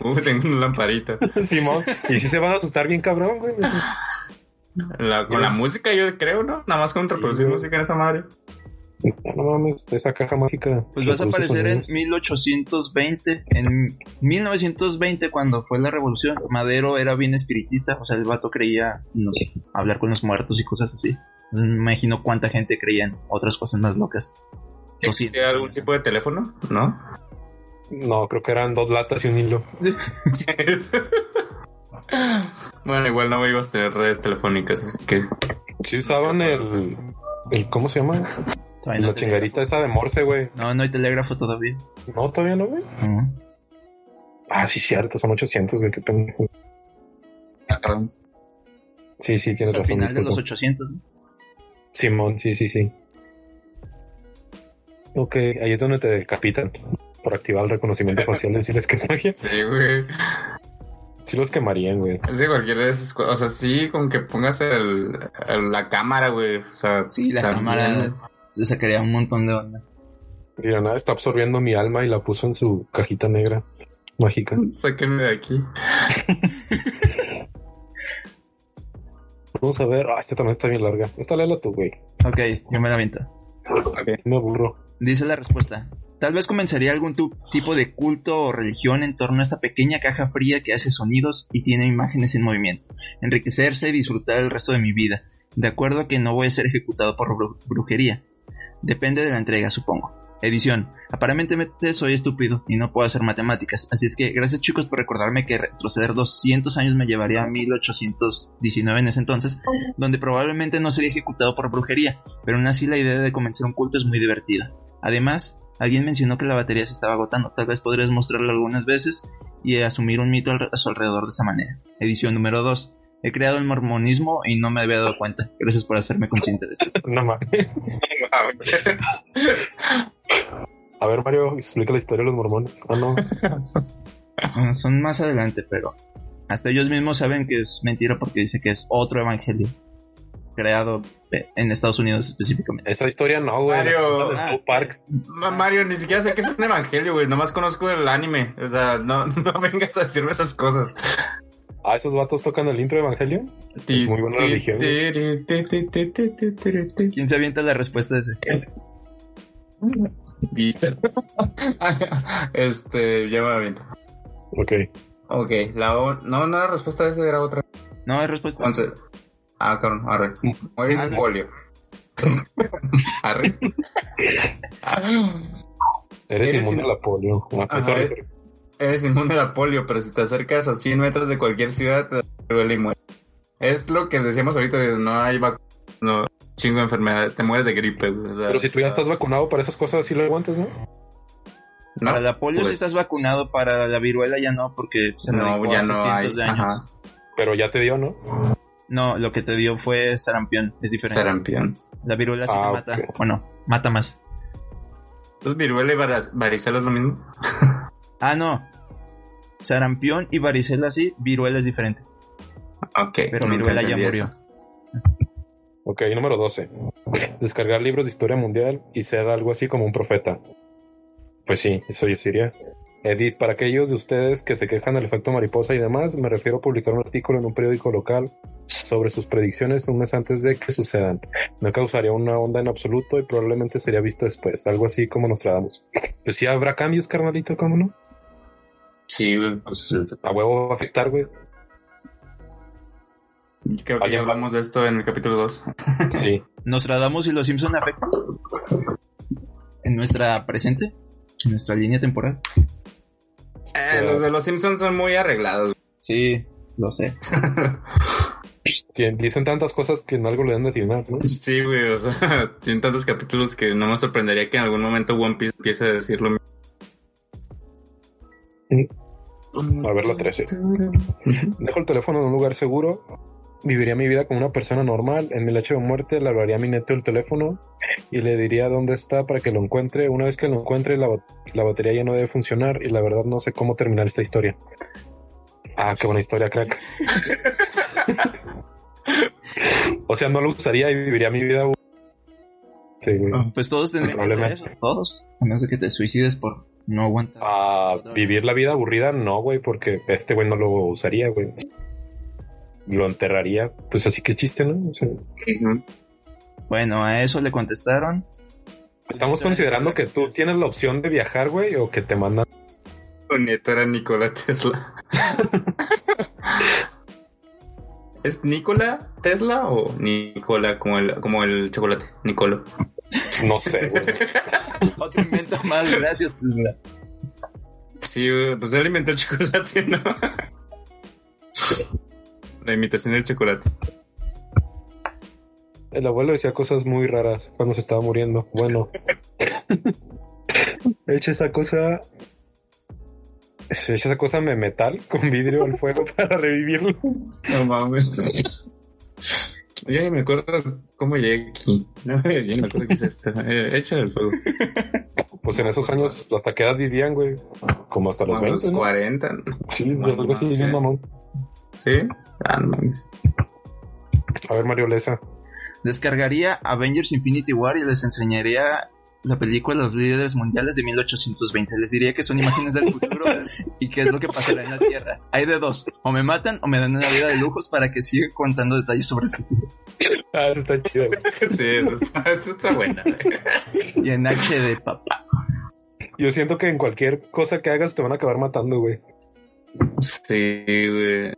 Speaker 3: Uh, tengo una lamparita.
Speaker 4: Simón y si se van a asustar bien cabrón güey
Speaker 3: La- con la música, yo creo, ¿no? Nada más con reproducir
Speaker 4: güey.
Speaker 3: música en esa madre.
Speaker 4: no mames esa caja mágica
Speaker 1: Pues vas a
Speaker 4: reproduce
Speaker 1: aparecer en
Speaker 4: sonidos.
Speaker 1: 1820, en 1920 cuando fue la revolución. Madero era bien espiritista, o sea, el vato creía, no sé, hablar con los muertos y cosas así. No me imagino cuánta gente creía en otras cosas más locas.
Speaker 3: ¿Existe
Speaker 1: 200
Speaker 3: algún
Speaker 1: años.
Speaker 3: tipo de teléfono? ¿No?
Speaker 4: no creo que eran dos latas y un hilo
Speaker 3: bueno, igual no ibas a tener redes telefónicas, así que...
Speaker 4: sí usaban el, el cómo se llama
Speaker 1: Todavía
Speaker 4: la
Speaker 1: no, hay
Speaker 4: chingadita esa de Morse güey
Speaker 1: no, no hay telégrafo todavía.
Speaker 4: no todavía no güey
Speaker 1: No.
Speaker 4: ah sí cierto son 800 güey qué pendejo sí sí tienes
Speaker 1: Al
Speaker 4: razón
Speaker 1: final de los
Speaker 4: disculpa.
Speaker 1: 800. ¿no?
Speaker 4: Simón, sí, sí, sí. Ok, ahí es donde te decapitan por activar el reconocimiento facial y decirles que es magia.
Speaker 3: Sí, güey.
Speaker 4: Sí los quemarían, güey.
Speaker 3: Sí, cualquiera de esas cosas. O sea, sí, con que pongas el, el- la cámara, güey. O sea,
Speaker 1: Sí, la
Speaker 3: también.
Speaker 1: cámara se sacaría un montón de onda.
Speaker 4: Dirán, nada, está absorbiendo mi alma y la puso en su cajita negra mágica.
Speaker 3: Sáquenme de aquí.
Speaker 4: Vamos a ver. Ah, esta también está bien larga. Esta léela tú, güey.
Speaker 1: Ok, yo me la aviento.
Speaker 4: Me aburro.
Speaker 1: Dice la respuesta. Tal vez comenzaría algún tu- tipo de culto o religión en torno a esta pequeña caja fría que hace sonidos y tiene imágenes en movimiento. Enriquecerse y disfrutar el resto de mi vida. De acuerdo a que no voy a ser ejecutado por bru- brujería. Depende de la entrega, supongo. Edición. Aparentemente soy estúpido y no puedo hacer matemáticas. Así es que gracias chicos por recordarme que retroceder 200 años me llevaría a 1819 en ese entonces, donde probablemente no sería ejecutado por brujería. Pero aún así la idea de comenzar un culto es muy divertida. Además, alguien mencionó que la batería se estaba agotando. Tal vez podrías mostrarlo algunas veces y asumir un mito al- a su alrededor de esa manera. Edición número 2. He creado el mormonismo y no me había dado cuenta. Gracias por hacerme consciente de esto.
Speaker 4: No mames. A ver, Mario, explica la historia de los mormones. Ah, no.
Speaker 1: Bueno, son más adelante, pero hasta ellos mismos saben que es mentira porque dice que es otro evangelio creado eh, en Estados Unidos específicamente.
Speaker 4: Esa historia no, güey.
Speaker 3: Mario.
Speaker 4: La de South Park.
Speaker 3: Ma- Mario, ni siquiera sé que es un evangelio, güey. Nomás conozco el anime. O sea, no, no vengas a decirme esas cosas.
Speaker 4: Ah, esos vatos tocan el intro de Evangelio. Es muy buena religión, güey.
Speaker 1: ¿Quién se avienta la respuesta de ese?
Speaker 3: Viste. este, ya me la aviento.
Speaker 4: Ok.
Speaker 3: Ok, la o- No, no, la respuesta esa era otra.
Speaker 1: No hay respuesta.
Speaker 3: Entonces. Ah, cabrón, arre.
Speaker 4: Mm.
Speaker 3: Morir de
Speaker 1: Arre.
Speaker 3: polio. Arre.
Speaker 4: Eres,
Speaker 3: Eres
Speaker 4: inmune
Speaker 3: in-
Speaker 4: a la polio. Ah,
Speaker 3: Ajá,
Speaker 4: sorry,
Speaker 3: eh.
Speaker 4: sorry.
Speaker 3: Eres inmune al polio, pero si te acercas a 100 metros de cualquier ciudad, te duele y mueres. Es lo que decíamos ahorita, de no hay vacunas, no, chingo de enfermedades, te mueres de gripe. güey, o sea,
Speaker 4: Pero si tú ya estás vacunado para esas cosas, sí lo aguantas, ¿no?
Speaker 3: no,
Speaker 1: Para la polio si
Speaker 3: pues,
Speaker 1: estás vacunado, para la viruela ya no, porque se
Speaker 3: No,
Speaker 1: erradicó
Speaker 3: ya
Speaker 1: hace
Speaker 3: no hay.
Speaker 1: cientos de años.
Speaker 3: Ajá,
Speaker 4: Pero ya te dio, ¿no?
Speaker 1: No, lo que te dio fue sarampión, es diferente.
Speaker 3: sarampión.
Speaker 1: La viruela sí
Speaker 4: Ah,
Speaker 1: te mata.
Speaker 4: ok.
Speaker 1: Bueno, mata más.
Speaker 3: Entonces, viruela y varas- varicela es lo mismo.
Speaker 1: Ah, no. Sarampión y varicela sí, viruela es diferente.
Speaker 3: Ok.
Speaker 1: Pero
Speaker 3: nunca
Speaker 1: viruela ya
Speaker 3: entendí
Speaker 1: murió.
Speaker 3: eso.
Speaker 4: Ok, número 12. Descargar libros de historia mundial y ser algo así como un profeta. Pues sí, eso yo sería. Edith, para aquellos de ustedes que se quejan del efecto mariposa y demás, me refiero a publicar un artículo en un periódico local sobre sus predicciones un mes antes de que sucedan. No causaría una onda en absoluto y probablemente sería visto después, algo así como nos tratamos. Pues sí, habrá cambios, carnalito, ¿cómo no?
Speaker 3: Sí, güey, pues,
Speaker 4: A huevo va a afectar, güey.
Speaker 3: Creo que ya hablamos de esto en el capítulo 2.
Speaker 4: Sí.
Speaker 1: ¿Nos tratamos y los Simpson afectan? ¿En nuestra presente? ¿En nuestra línea temporal?
Speaker 3: Eh, los de los Simpsons son muy arreglados.
Speaker 1: Sí, lo sé.
Speaker 4: Tien- Dicen tantas cosas que en algo le dan de atinar, ¿no?
Speaker 3: Sí, güey, o sea, tienen tantos capítulos que no me sorprendería que en algún momento One Piece empiece a decir lo mismo.
Speaker 4: A ver la 13. Dejo el teléfono en un lugar seguro. Viviría mi vida como una persona normal. En mi lecho de muerte le hablaría a mi neto el teléfono y le diría dónde está para que lo encuentre. Una vez que lo encuentre, la, ba- la batería ya no debe funcionar y la verdad no sé cómo terminar esta historia. Ah, qué buena historia, crack. o sea, no lo usaría y viviría mi vida. Sí, güey.
Speaker 1: Pues todos tendríamos que hacer eso,
Speaker 4: Probablemente.
Speaker 1: todos. A menos de que te suicides por no aguantar.
Speaker 4: A vivir la vida aburrida, no, güey, porque este güey no lo usaría, güey. Lo enterraría, pues así que chiste, ¿no? O sea,
Speaker 1: Bueno, a eso le contestaron.
Speaker 4: estamos considerando que tú tienes la opción de viajar, güey, o que te mandan.
Speaker 3: Tu nieto era Nikola Tesla. ¿Es Nikola Tesla o Nicola como el, como el chocolate? Nicolo.
Speaker 4: No sé, güey.
Speaker 1: Otro invento más, gracias Tesla.
Speaker 3: Sí, güey, pues él inventó el chocolate, ¿no? La imitación del chocolate.
Speaker 4: El abuelo decía cosas muy raras cuando se estaba muriendo. Bueno, echa esa cosa. Echa esa cosa de metal con vidrio al fuego para revivirlo.
Speaker 3: No mames. Yo ni me acuerdo cómo llegué aquí. No, yo ni me acuerdo qué es esto. Eh, échale el fuego.
Speaker 4: Pues en esos años, ¿hasta qué edad vivían, güey? Como hasta los
Speaker 3: Como a los
Speaker 4: 20, ¿no?
Speaker 3: 40. ¿no?
Speaker 4: Sí, algo así, bien
Speaker 3: Sí.
Speaker 4: mamón.
Speaker 3: ¿Sí? Ah, no mames.
Speaker 4: A ver, Mario Leza.
Speaker 1: Descargaría Avengers Infinity War y les enseñaría la película Los Líderes Mundiales de 1820. Les diría que son imágenes del futuro y qué es lo que pasará en la Tierra. Hay de dos. O me matan o me dan una vida de lujos para que siga contando detalles sobre el futuro.
Speaker 4: Ah, eso está chido. güey.
Speaker 3: Sí, eso está, eso está buena. ¿eh? güey.
Speaker 1: Y en HD, papá.
Speaker 4: Yo siento que en cualquier cosa que hagas te van a acabar matando, güey.
Speaker 3: Sí, güey.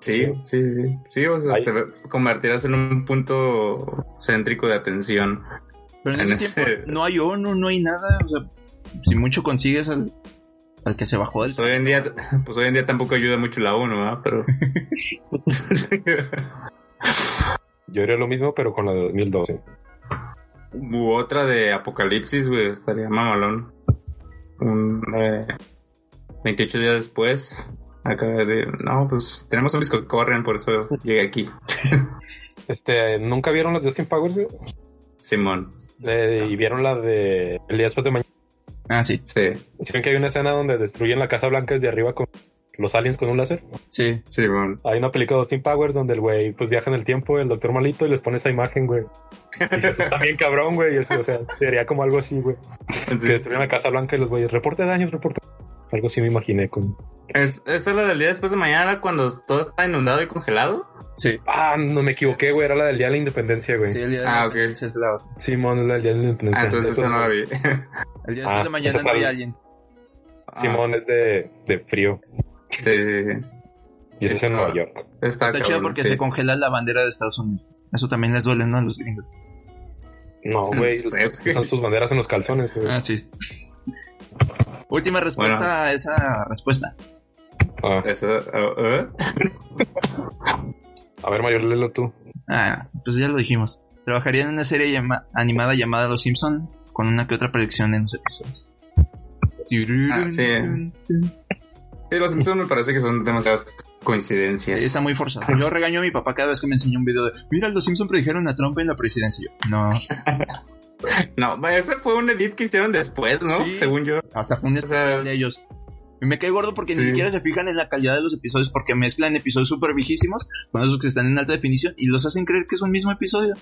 Speaker 3: Sí,
Speaker 4: Sí.
Speaker 3: sí, sí, sí. Sí, o sea,
Speaker 4: Ahí.
Speaker 3: te convertirás en un punto céntrico de atención.
Speaker 1: Pero en
Speaker 3: En
Speaker 1: ese
Speaker 3: ese-
Speaker 1: tiempo no hay ONU, no hay nada. O sea, si mucho consigues al, al que se bajó del...
Speaker 3: Pues hoy en día, pues hoy en día tampoco ayuda mucho la ONU, ¿verdad? Pero.
Speaker 4: Yo haría lo mismo, pero con la de 2012.
Speaker 3: U otra de Apocalipsis, güey, estaría mamalón. Un, eh, 28 días después, acaba de. No, pues tenemos zombies que corren, por eso llegué aquí.
Speaker 4: Este, ¿nunca vieron las de Austin Powers, güey?
Speaker 3: Simón,
Speaker 4: Eh, y vieron la de El día después de mañana.
Speaker 1: Ah, sí.
Speaker 3: sí,
Speaker 4: ¿Sí ven que hay una escena donde destruyen la Casa Blanca desde arriba con los aliens con un láser?
Speaker 1: Sí.
Speaker 3: Simón.
Speaker 4: Hay una película de Austin Powers donde el güey pues viaja en el tiempo, el doctor malito, y les pone esa imagen, güey. Y dices, está bien cabrón, güey. Y eso, o sea, sería como algo así, güey. Que
Speaker 3: Sí.
Speaker 4: destruyen la Casa Blanca y los güeyes, reporte daños, reporte. Algo así me imaginé con...
Speaker 3: ¿Es, ¿Esa es la del día después de mañana cuando todo está inundado y congelado?
Speaker 1: Sí.
Speaker 4: Ah, no me equivoqué, güey. Era la del Día de la Independencia, güey.
Speaker 1: Sí,
Speaker 4: Sí,
Speaker 1: el día de
Speaker 3: Ah,
Speaker 1: la
Speaker 3: ok.
Speaker 1: independencia es la otra.
Speaker 4: mon, era la del Día de la Independencia.
Speaker 3: Ah, entonces
Speaker 4: Eso-
Speaker 3: esa no la vi.
Speaker 1: El día después
Speaker 4: Ah,
Speaker 1: de mañana
Speaker 4: esa
Speaker 1: no hay
Speaker 4: sabe.
Speaker 1: alguien.
Speaker 4: Simón es de, de frío
Speaker 3: Ah, sí, sí, sí. Sí,
Speaker 4: y es en
Speaker 3: está-
Speaker 4: Nueva York.
Speaker 3: Está,
Speaker 1: Está
Speaker 3: cabrón,
Speaker 1: chido porque
Speaker 3: sí.
Speaker 1: se congela la bandera de Estados Unidos. Eso también les duele, ¿no? A los gringos.
Speaker 4: No, güey,
Speaker 3: No sé, güey.
Speaker 4: usan sus banderas en los calzones. güey.
Speaker 1: Ah, sí. Última respuesta
Speaker 3: Bueno.
Speaker 1: a esa respuesta.
Speaker 4: Ah,
Speaker 3: Eso, oh, oh.
Speaker 4: a ver, Mario, léelo tú.
Speaker 1: Ah, pues ya lo dijimos. Trabajaría en una serie llama- animada llamada Los Simpson con una que otra predicción en los episodios. Eh,
Speaker 3: Ah, sí. Sí, los Simpsons me parece que son demasiadas
Speaker 1: Sí,
Speaker 3: coincidencias.
Speaker 1: Está muy forzado. Yo regaño a mi papá cada vez que me enseña un video de Mira, los Simpson predijeron a Trump en la presidencia. Y yo, No,
Speaker 3: No, ese fue un edit que hicieron después, ¿no?
Speaker 1: Sí.
Speaker 3: Según yo.
Speaker 1: Hasta fue un
Speaker 3: sea-
Speaker 1: especial de ellos. Y me cae gordo porque ni
Speaker 3: Sí.
Speaker 1: siquiera se fijan en la calidad de los episodios porque mezclan episodios súper viejísimos con esos que están en alta definición y los hacen creer que es un mismo episodio.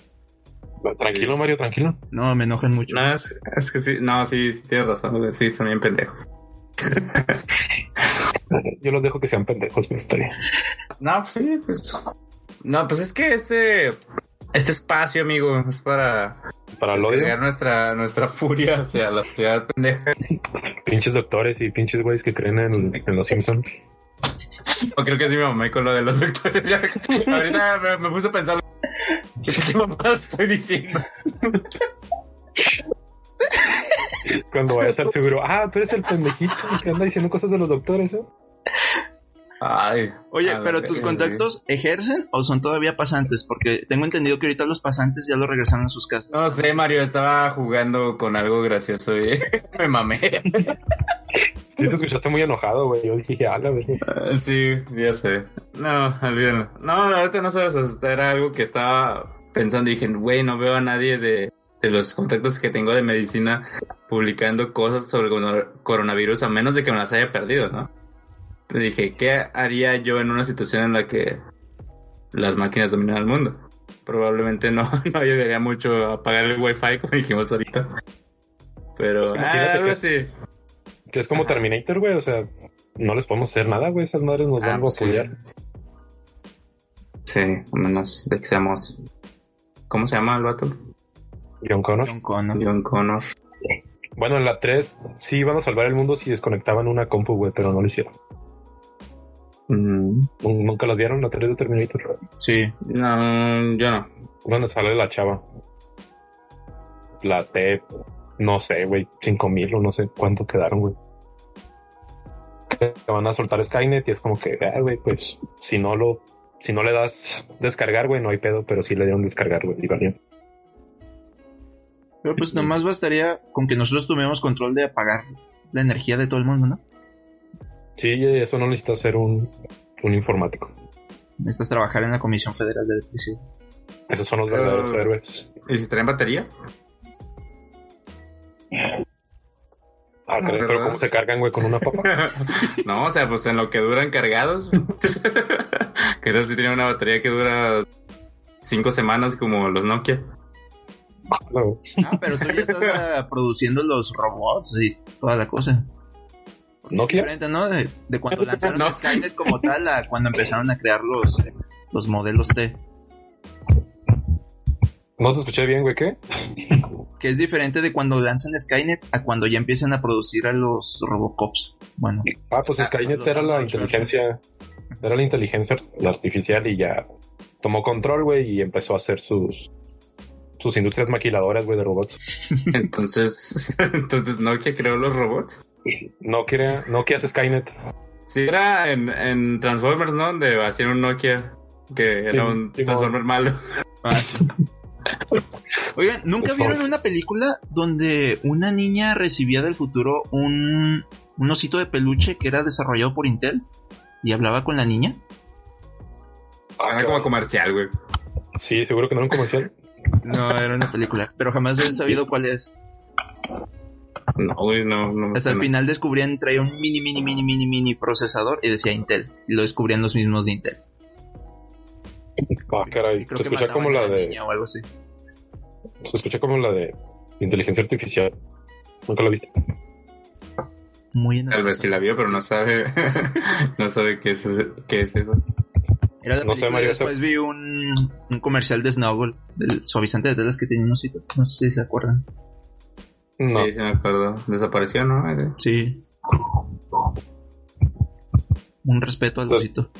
Speaker 4: Tranquilo, Mario, tranquilo.
Speaker 1: No, me enojan mucho.
Speaker 3: No, es, es que sí, no, sí, sí, tienes razón, güey, sí, están bien pendejos.
Speaker 4: Yo los dejo que sean pendejos, pero está bien.
Speaker 3: No, pues sí, pues. No, pues es que este, este espacio, amigo, es para
Speaker 4: Para el odio,
Speaker 3: descargar nuestra, nuestra furia hacia la ciudad pendeja.
Speaker 4: pinches doctores y pinches güeyes que creen en, en los Simpsons.
Speaker 3: No, creo que sí me mamé con lo de los doctores. Ya, ahorita me, me puse a pensar. ¿Qué mamá estoy diciendo?
Speaker 4: Cuando vaya a ser seguro, ah, tú eres el pendejito que anda diciendo cosas de los doctores, ¿eh?
Speaker 3: Ay.
Speaker 1: Oye,
Speaker 3: a Ah, la
Speaker 1: pero tus
Speaker 3: verga,
Speaker 1: contactos ejercen o son todavía pasantes? Porque tengo entendido que ahorita los pasantes ya lo regresaron a sus casas.
Speaker 3: güey. No sé, Mario, estaba jugando con algo gracioso y me mamé.
Speaker 4: Sí, te escuchaste muy enojado, güey. Yo dije, ah, la verga.
Speaker 3: Ah, Sí, ya sé. No, olvídenlo. No, la verdad no sabes asustar. Era algo que estaba pensando y dije, güey, no veo a nadie de, de los contactos que tengo de medicina publicando cosas sobre cono- coronavirus a menos de que me las haya perdido, ¿no? Le dije, ¿qué haría yo en una situación en la que las máquinas dominan el mundo? Probablemente no, no ayudaría mucho a pagar el wifi como dijimos ahorita. Pero,
Speaker 4: Imagínate
Speaker 3: ah, algo
Speaker 4: que-
Speaker 3: así.
Speaker 4: Que es como Terminator, güey. O sea, no les podemos hacer nada, güey. Esas madres nos
Speaker 3: Ah,
Speaker 4: van a
Speaker 3: pues sí.
Speaker 4: apoyar.
Speaker 3: Sí, a menos de que seamos. ¿Cómo se llama el vato?
Speaker 4: John Connor.
Speaker 1: John Connor.
Speaker 3: John Connor.
Speaker 4: Bueno, en la 3 sí iban a salvar el mundo si desconectaban una compu, güey, pero no lo hicieron.
Speaker 3: Mm,
Speaker 4: Nun- Nunca las vieron, la 3 de Terminator.
Speaker 1: Sí.
Speaker 3: No, yo no.
Speaker 4: ¿Dónde sale la chava? La T, no sé, güey, 5000 o no sé cuánto quedaron, güey. Que van a soltar Skynet y es como que, ah, güey, pues si no lo, si no le das descargar, güey, no hay pedo, pero sí le dieron descargar, güey, y valió.
Speaker 1: Pero pues nomás bastaría con que nosotros tomemos control de apagar la energía de todo el mundo, ¿no?
Speaker 4: Sí, y eso no necesita ser un, un informático.
Speaker 1: Necesitas trabajar en la Comisión Federal de Electricidad.
Speaker 4: Esos son los verdaderos
Speaker 3: Pero-
Speaker 4: héroes.
Speaker 3: ¿Y si traen batería?
Speaker 4: Ah, caray, pero
Speaker 3: ¿verdad?
Speaker 4: cómo se cargan, güey, con una papa.
Speaker 3: no, o sea, pues en lo que duran cargados. ¿Qué tal si tienen una batería que dura cinco semanas como los Nokia?
Speaker 4: Claro.
Speaker 1: Ah, pero tú ya estás ah, produciendo los robots y toda la cosa. Porque es
Speaker 4: ¿Nokia?
Speaker 1: diferente, ¿no? De, de cuando lanzaron
Speaker 3: No.
Speaker 1: Skynet como tal a cuando empezaron a crear los, los modelos T.
Speaker 4: No te escuché bien, güey, ¿qué?
Speaker 1: Que es diferente de cuando lanzan Skynet a cuando ya empiezan a producir a los Robocops. Bueno,
Speaker 4: Ah, pues
Speaker 1: Exacto,
Speaker 4: Skynet
Speaker 1: los
Speaker 4: era la
Speaker 1: Arnold
Speaker 4: inteligencia, era la inteligencia artificial y ya tomó control, güey, y empezó a hacer sus sus industrias maquiladoras, güey, de robots.
Speaker 3: Entonces, entonces Nokia creó los robots.
Speaker 4: No quiere, no quiere hacer Skynet.
Speaker 3: Ah, Sí, era en, en Transformers, ¿no? Donde hacían un Nokia que era
Speaker 4: Sí,
Speaker 3: un
Speaker 4: sí,
Speaker 3: Transformer malo.
Speaker 1: Ah, sí. Oigan, ¿nunca
Speaker 4: Por
Speaker 1: vieron
Speaker 4: favor.
Speaker 1: una película donde una niña recibía del futuro un, un osito de peluche que era desarrollado por Intel y hablaba con la niña? Ah,
Speaker 4: Ah,
Speaker 3: Era como comercial, güey.
Speaker 4: Sí, seguro que no era un comercial.
Speaker 1: No, era una película, pero jamás he sabido cuál es.
Speaker 3: No, güey, no, no. me
Speaker 1: Hasta el
Speaker 3: suena.
Speaker 1: final descubrían, traía un mini, mini, mini, mini, mini procesador y decía Intel. Y lo descubrían los mismos de Intel.
Speaker 4: Ah, caray.
Speaker 1: Y
Speaker 4: Se
Speaker 1: creo que
Speaker 4: escucha
Speaker 1: mataban
Speaker 4: como
Speaker 1: a
Speaker 4: la de,
Speaker 1: niña o algo así.
Speaker 4: se escucha como la de inteligencia artificial. Nunca la viste.
Speaker 1: Muy en
Speaker 3: Tal vez sí la vio, pero no sabe. no sabe qué es, qué es eso.
Speaker 1: Era la
Speaker 4: No sé,
Speaker 1: película y
Speaker 4: Mario,
Speaker 1: después vi un, un comercial de Snowball, del suavizante de telas que tenía un osito. No sé si se acuerdan.
Speaker 4: No.
Speaker 3: Sí, sí me acuerdo. Desapareció, ¿no? Ese.
Speaker 1: Sí. Un respeto al
Speaker 4: Pues-
Speaker 1: osito.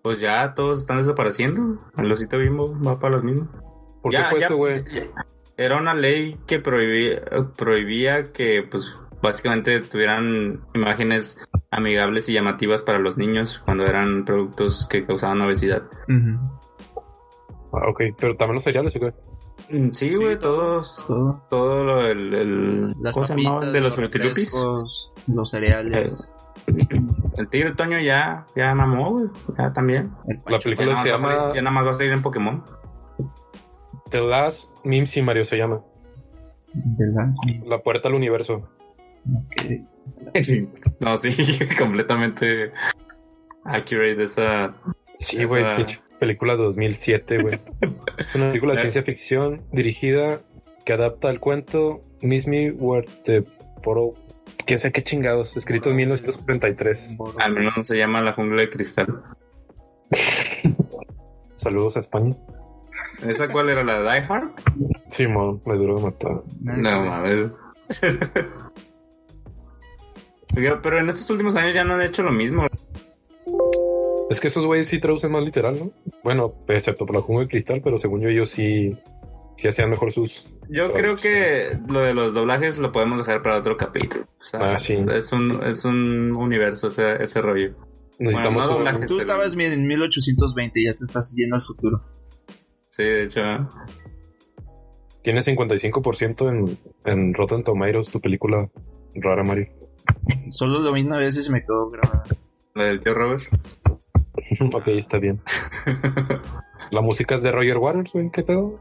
Speaker 3: Pues ya todos están desapareciendo. El osito bimbo va para los mismos.
Speaker 4: ¿Por
Speaker 3: Ya,
Speaker 4: qué fue
Speaker 3: ya,
Speaker 4: eso, güey?
Speaker 3: ya. Era una ley que prohibía, prohibía que, pues, básicamente tuvieran imágenes amigables y llamativas para los niños cuando eran productos que causaban obesidad.
Speaker 1: Ujú.
Speaker 4: Ah, ok, pero también los cereales, güey.
Speaker 3: Mm, Sí, güey, todos,
Speaker 1: Todo.
Speaker 3: todo lo, el, el-
Speaker 1: Las
Speaker 3: ¿cómo se llamaba?
Speaker 1: papitas,
Speaker 3: De los frutipupis.
Speaker 1: refrescos, los cereales.
Speaker 3: El tigre Toño ya, ya mamó, güey, ya también.
Speaker 1: el
Speaker 4: La
Speaker 1: pancho.
Speaker 3: Ya
Speaker 4: película
Speaker 3: nada,
Speaker 4: se
Speaker 3: más va a
Speaker 4: llama
Speaker 3: salir- ya nada más va a salir en Pokémon.
Speaker 4: The Last Mimsy Mario se llama.
Speaker 1: de las-
Speaker 4: La puerta al universo.
Speaker 1: ok.
Speaker 3: No, sí, completamente accurate esa.
Speaker 4: Sí,
Speaker 3: Esa-
Speaker 4: güey, pinche película de 2007, güey. Es una película
Speaker 3: Eh.
Speaker 4: de ciencia ficción dirigida que adapta el cuento Miss Me Where the Poro. Quién sabe qué chingados, escrito en 1943.
Speaker 3: Al menos no se llama la jungla de cristal.
Speaker 4: Saludos a España.
Speaker 3: ¿Esa cuál era la Die Hard?
Speaker 4: Sí, mon, me duró de matar.
Speaker 1: Nadie
Speaker 3: No,
Speaker 1: sabe.
Speaker 3: mames. Oiga, Pero en estos últimos años ya no han hecho lo mismo.
Speaker 4: Es que esos güeyes sí traducen más literal, ¿no? Bueno, excepto por la jungla de cristal, pero según yo ellos sí, sí hacían mejor sus...
Speaker 3: Yo creo que lo de los doblajes lo podemos dejar para otro capítulo. O sea,
Speaker 4: Ah, sí.
Speaker 3: es, un, es un universo ese, ese rollo.
Speaker 4: Necesitamos...
Speaker 3: no
Speaker 4: un-
Speaker 3: doblaje.
Speaker 1: Tú estabas bien en 1820 y ya te estás yendo al futuro.
Speaker 3: Sí, de hecho.
Speaker 4: Tiene 55% en, en Rotten Tomatoes, tu película rara, Mario.
Speaker 1: Solo lo mismo a veces me quedó grabada.
Speaker 3: Lo del tío Robert.
Speaker 4: ok, está bien. La música es de Roger Waters, güey, ¿qué pedo?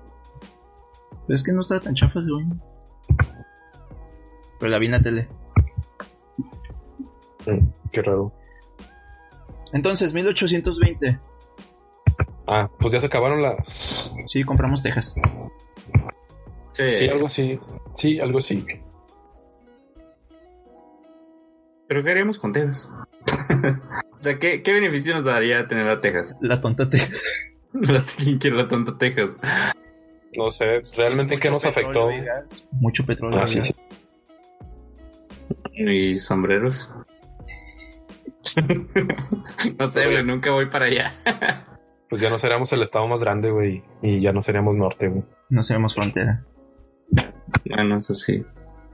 Speaker 1: Pero es que no estaba tan chafa, según. yo. Pero la vi en la tele.
Speaker 4: Mm, qué raro.
Speaker 1: Entonces, 1820.
Speaker 4: Ah, pues ya se acabaron las...
Speaker 1: Sí, compramos Texas.
Speaker 3: Sí,
Speaker 4: Sí, algo así. Sí, algo así.
Speaker 3: pero ¿qué haríamos con Texas? o sea, ¿qué, ¿qué beneficio nos daría tener a Texas?
Speaker 1: La tonta Texas.
Speaker 3: La, quiero la tonta Texas.
Speaker 4: No sé, realmente en qué nos
Speaker 1: Mucho petróleo
Speaker 4: afectó.
Speaker 1: y gas. Mucho petróleo.
Speaker 4: Ah, sí,
Speaker 1: y gas.
Speaker 4: sí.
Speaker 3: Y sombreros. no sé, güey, nunca voy para allá.
Speaker 4: Pues ya no seríamos el estado más grande, güey, y ya no seríamos norte, güey.
Speaker 1: No sabemos frontera.
Speaker 3: Bueno, eso sí.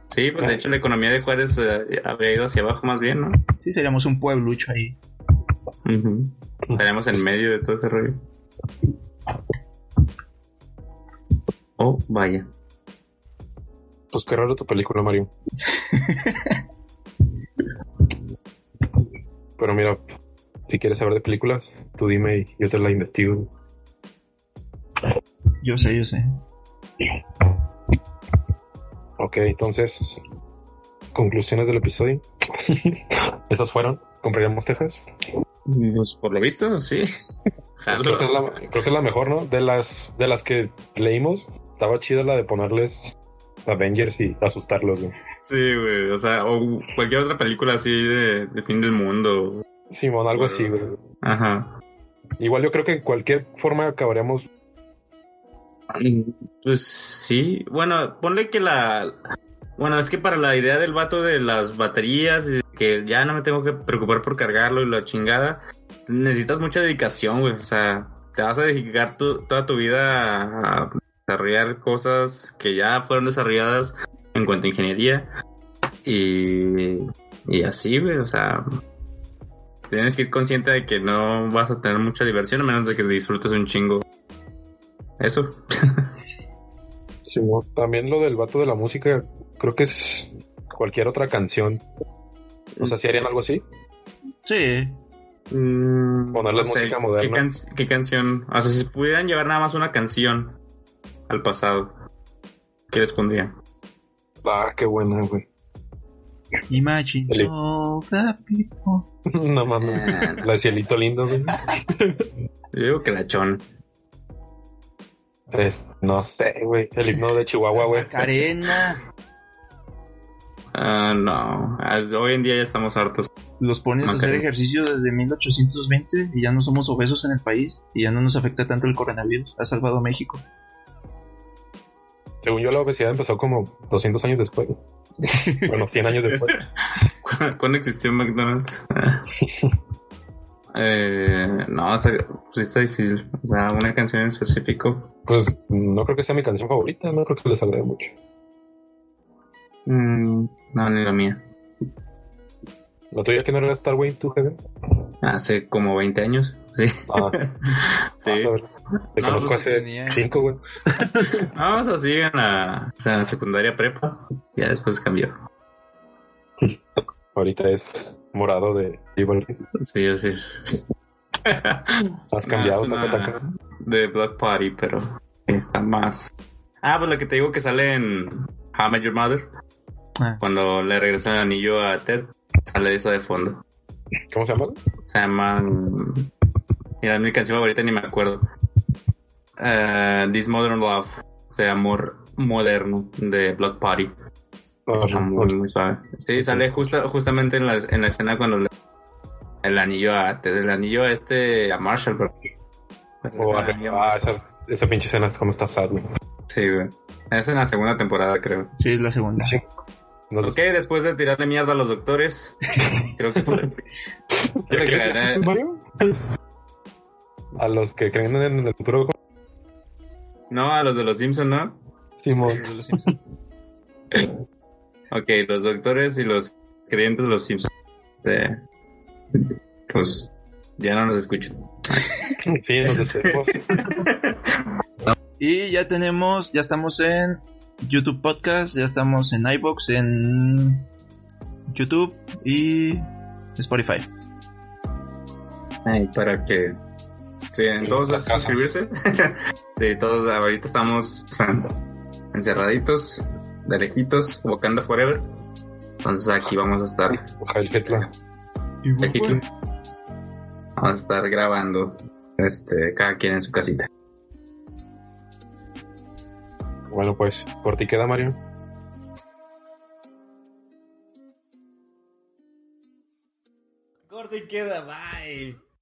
Speaker 3: Sí, pues de hecho la economía de Juárez eh, habría ido hacia abajo más bien, ¿no?
Speaker 1: Sí, seríamos un pueblucho ahí.
Speaker 3: Ujú. Estaremos en medio de todo ese rollo. Oh, vaya.
Speaker 4: Pues qué raro tu película, Mario. Pero mira, si quieres saber de películas, tú dime y yo te la investigo.
Speaker 1: Yo sé, yo sé.
Speaker 4: Ok, entonces, conclusiones del episodio. Esas fueron. ¿Compraríamos Texas?
Speaker 3: Pues por lo visto, sí.
Speaker 4: Pues creo, que es la, creo que es la mejor, ¿no? De las, de las que leímos, estaba chida la de ponerles Avengers y asustarlos, güey.
Speaker 3: Sí, güey. O sea, o cualquier otra película así de, de fin del mundo.
Speaker 4: Simón, algo así, güey.
Speaker 3: Ajá.
Speaker 4: Igual yo creo que en cualquier forma acabaríamos.
Speaker 3: Pues sí. Bueno, ponle que la. Bueno, es que para la idea del vato de las baterías y que ya no me tengo que preocupar por cargarlo y la chingada, necesitas mucha dedicación, güey. O sea, te vas a dedicar tu- toda tu vida a desarrollar cosas que ya fueron desarrolladas en cuanto a ingeniería. Y, y así, güey. O sea, tienes que ir consciente de que no vas a tener mucha diversión a menos de que disfrutes un chingo. Eso.
Speaker 4: Simón. También lo del vato de la música, creo que es cualquier otra canción. O sea, si harían algo así.
Speaker 1: Sí.
Speaker 3: Mm,
Speaker 4: Ponerle música
Speaker 3: ¿qué,
Speaker 4: moderna.
Speaker 3: can- qué canción? O sea, si pudieran llevar nada más una canción al pasado, ¿qué les pondrían?
Speaker 4: Ah, qué buena, güey.
Speaker 1: Imagine
Speaker 4: Eli.
Speaker 1: all the people.
Speaker 4: no mames. La de cielito lindo, güey.
Speaker 3: Yo digo que la chona.
Speaker 4: Es- Pues, no sé, güey. El himno de Chihuahua, güey.
Speaker 1: Macarena.
Speaker 3: Ah, no. As- Hoy en día ya estamos hartos.
Speaker 1: Los pones a hacer
Speaker 3: Macarena.
Speaker 1: ejercicio desde 1820 y ya no somos obesos en el país y ya no nos afecta tanto el coronavirus. Ha salvado a México.
Speaker 4: Según yo, la obesidad empezó como 200 años después. Bueno, 100 años después.
Speaker 3: ¿Cu- ¿Cuándo existió McDonald's? eh, no, o sea, pues está difícil. O sea, una canción en específico.
Speaker 4: Pues no creo que sea mi canción favorita, no creo que les agrade mucho.
Speaker 3: Mm, no, ni la mía.
Speaker 4: La tuya que no era Star Wayne, tú, Heaven.
Speaker 3: Hace como 20 años. Sí.
Speaker 4: Ah,
Speaker 3: sí.
Speaker 4: ah, la verdad. Te
Speaker 3: No,
Speaker 4: conozco
Speaker 3: pues,
Speaker 4: hace
Speaker 1: tenía-
Speaker 4: 5, güey.
Speaker 3: No, o sea, sí, en la, o sea, en la secundaria prepa. Ya después cambió.
Speaker 4: Ahorita es morado de Liberty.
Speaker 3: Sí, así es.
Speaker 4: Has cambiado,
Speaker 3: Más
Speaker 4: taca,
Speaker 3: Ah, una
Speaker 4: taca.
Speaker 3: De Black Party, pero está más. Ah, pues lo que te digo que sale en How I Met Your Mother.
Speaker 1: Ah.
Speaker 3: Cuando le regresa el anillo a Ted, sale eso de fondo.
Speaker 4: ¿Cómo se llama?
Speaker 3: Se llama. mm, Mira, mi canción favorita ni me acuerdo. Eh, This Modern Love. O sea, amor moderno de Black Party.
Speaker 4: Ah,
Speaker 3: Está muy, muy suave. Sí, sale justa, justamente en la, en la escena cuando le- el anillo a te- el anillo a este a Marshall, pero-
Speaker 4: O
Speaker 3: Ese
Speaker 4: arre-
Speaker 3: anillo a
Speaker 4: ah,
Speaker 3: Marshall.
Speaker 4: esa, esa pinche escena es como está sad, güey.
Speaker 3: Sí, güey. Es en la segunda temporada, creo.
Speaker 1: Sí, es la segunda.
Speaker 4: Sí. No sé-
Speaker 3: Ok, después de tirarle mierda a los doctores, creo que fue. creo que la verdad-
Speaker 4: Mario? A los que creen en el futuro
Speaker 3: no, a los de los Simpsons, ¿no?
Speaker 4: Simón.
Speaker 1: de los Simpsons.
Speaker 3: Ok, los doctores y los creyentes de los Simpsons. Eh, pues ya no nos escuchan.
Speaker 4: Sí, nos despedimos.
Speaker 1: Y ya tenemos, ya estamos en YouTube Podcast, ya estamos en iBox, en YouTube y Spotify.
Speaker 3: Ay, para que. Sí, entonces
Speaker 4: Fracaso.
Speaker 3: suscribirse. sí, todos ahorita estamos o sea, encerraditos, de lejitos, Wakanda Forever. Entonces aquí vamos a estar,
Speaker 4: Ojalá el Hitler.
Speaker 3: aquí vamos a estar grabando, este, cada quien en su casita.
Speaker 4: Bueno, pues, por ti queda, Mario.
Speaker 5: Corte y queda, bye.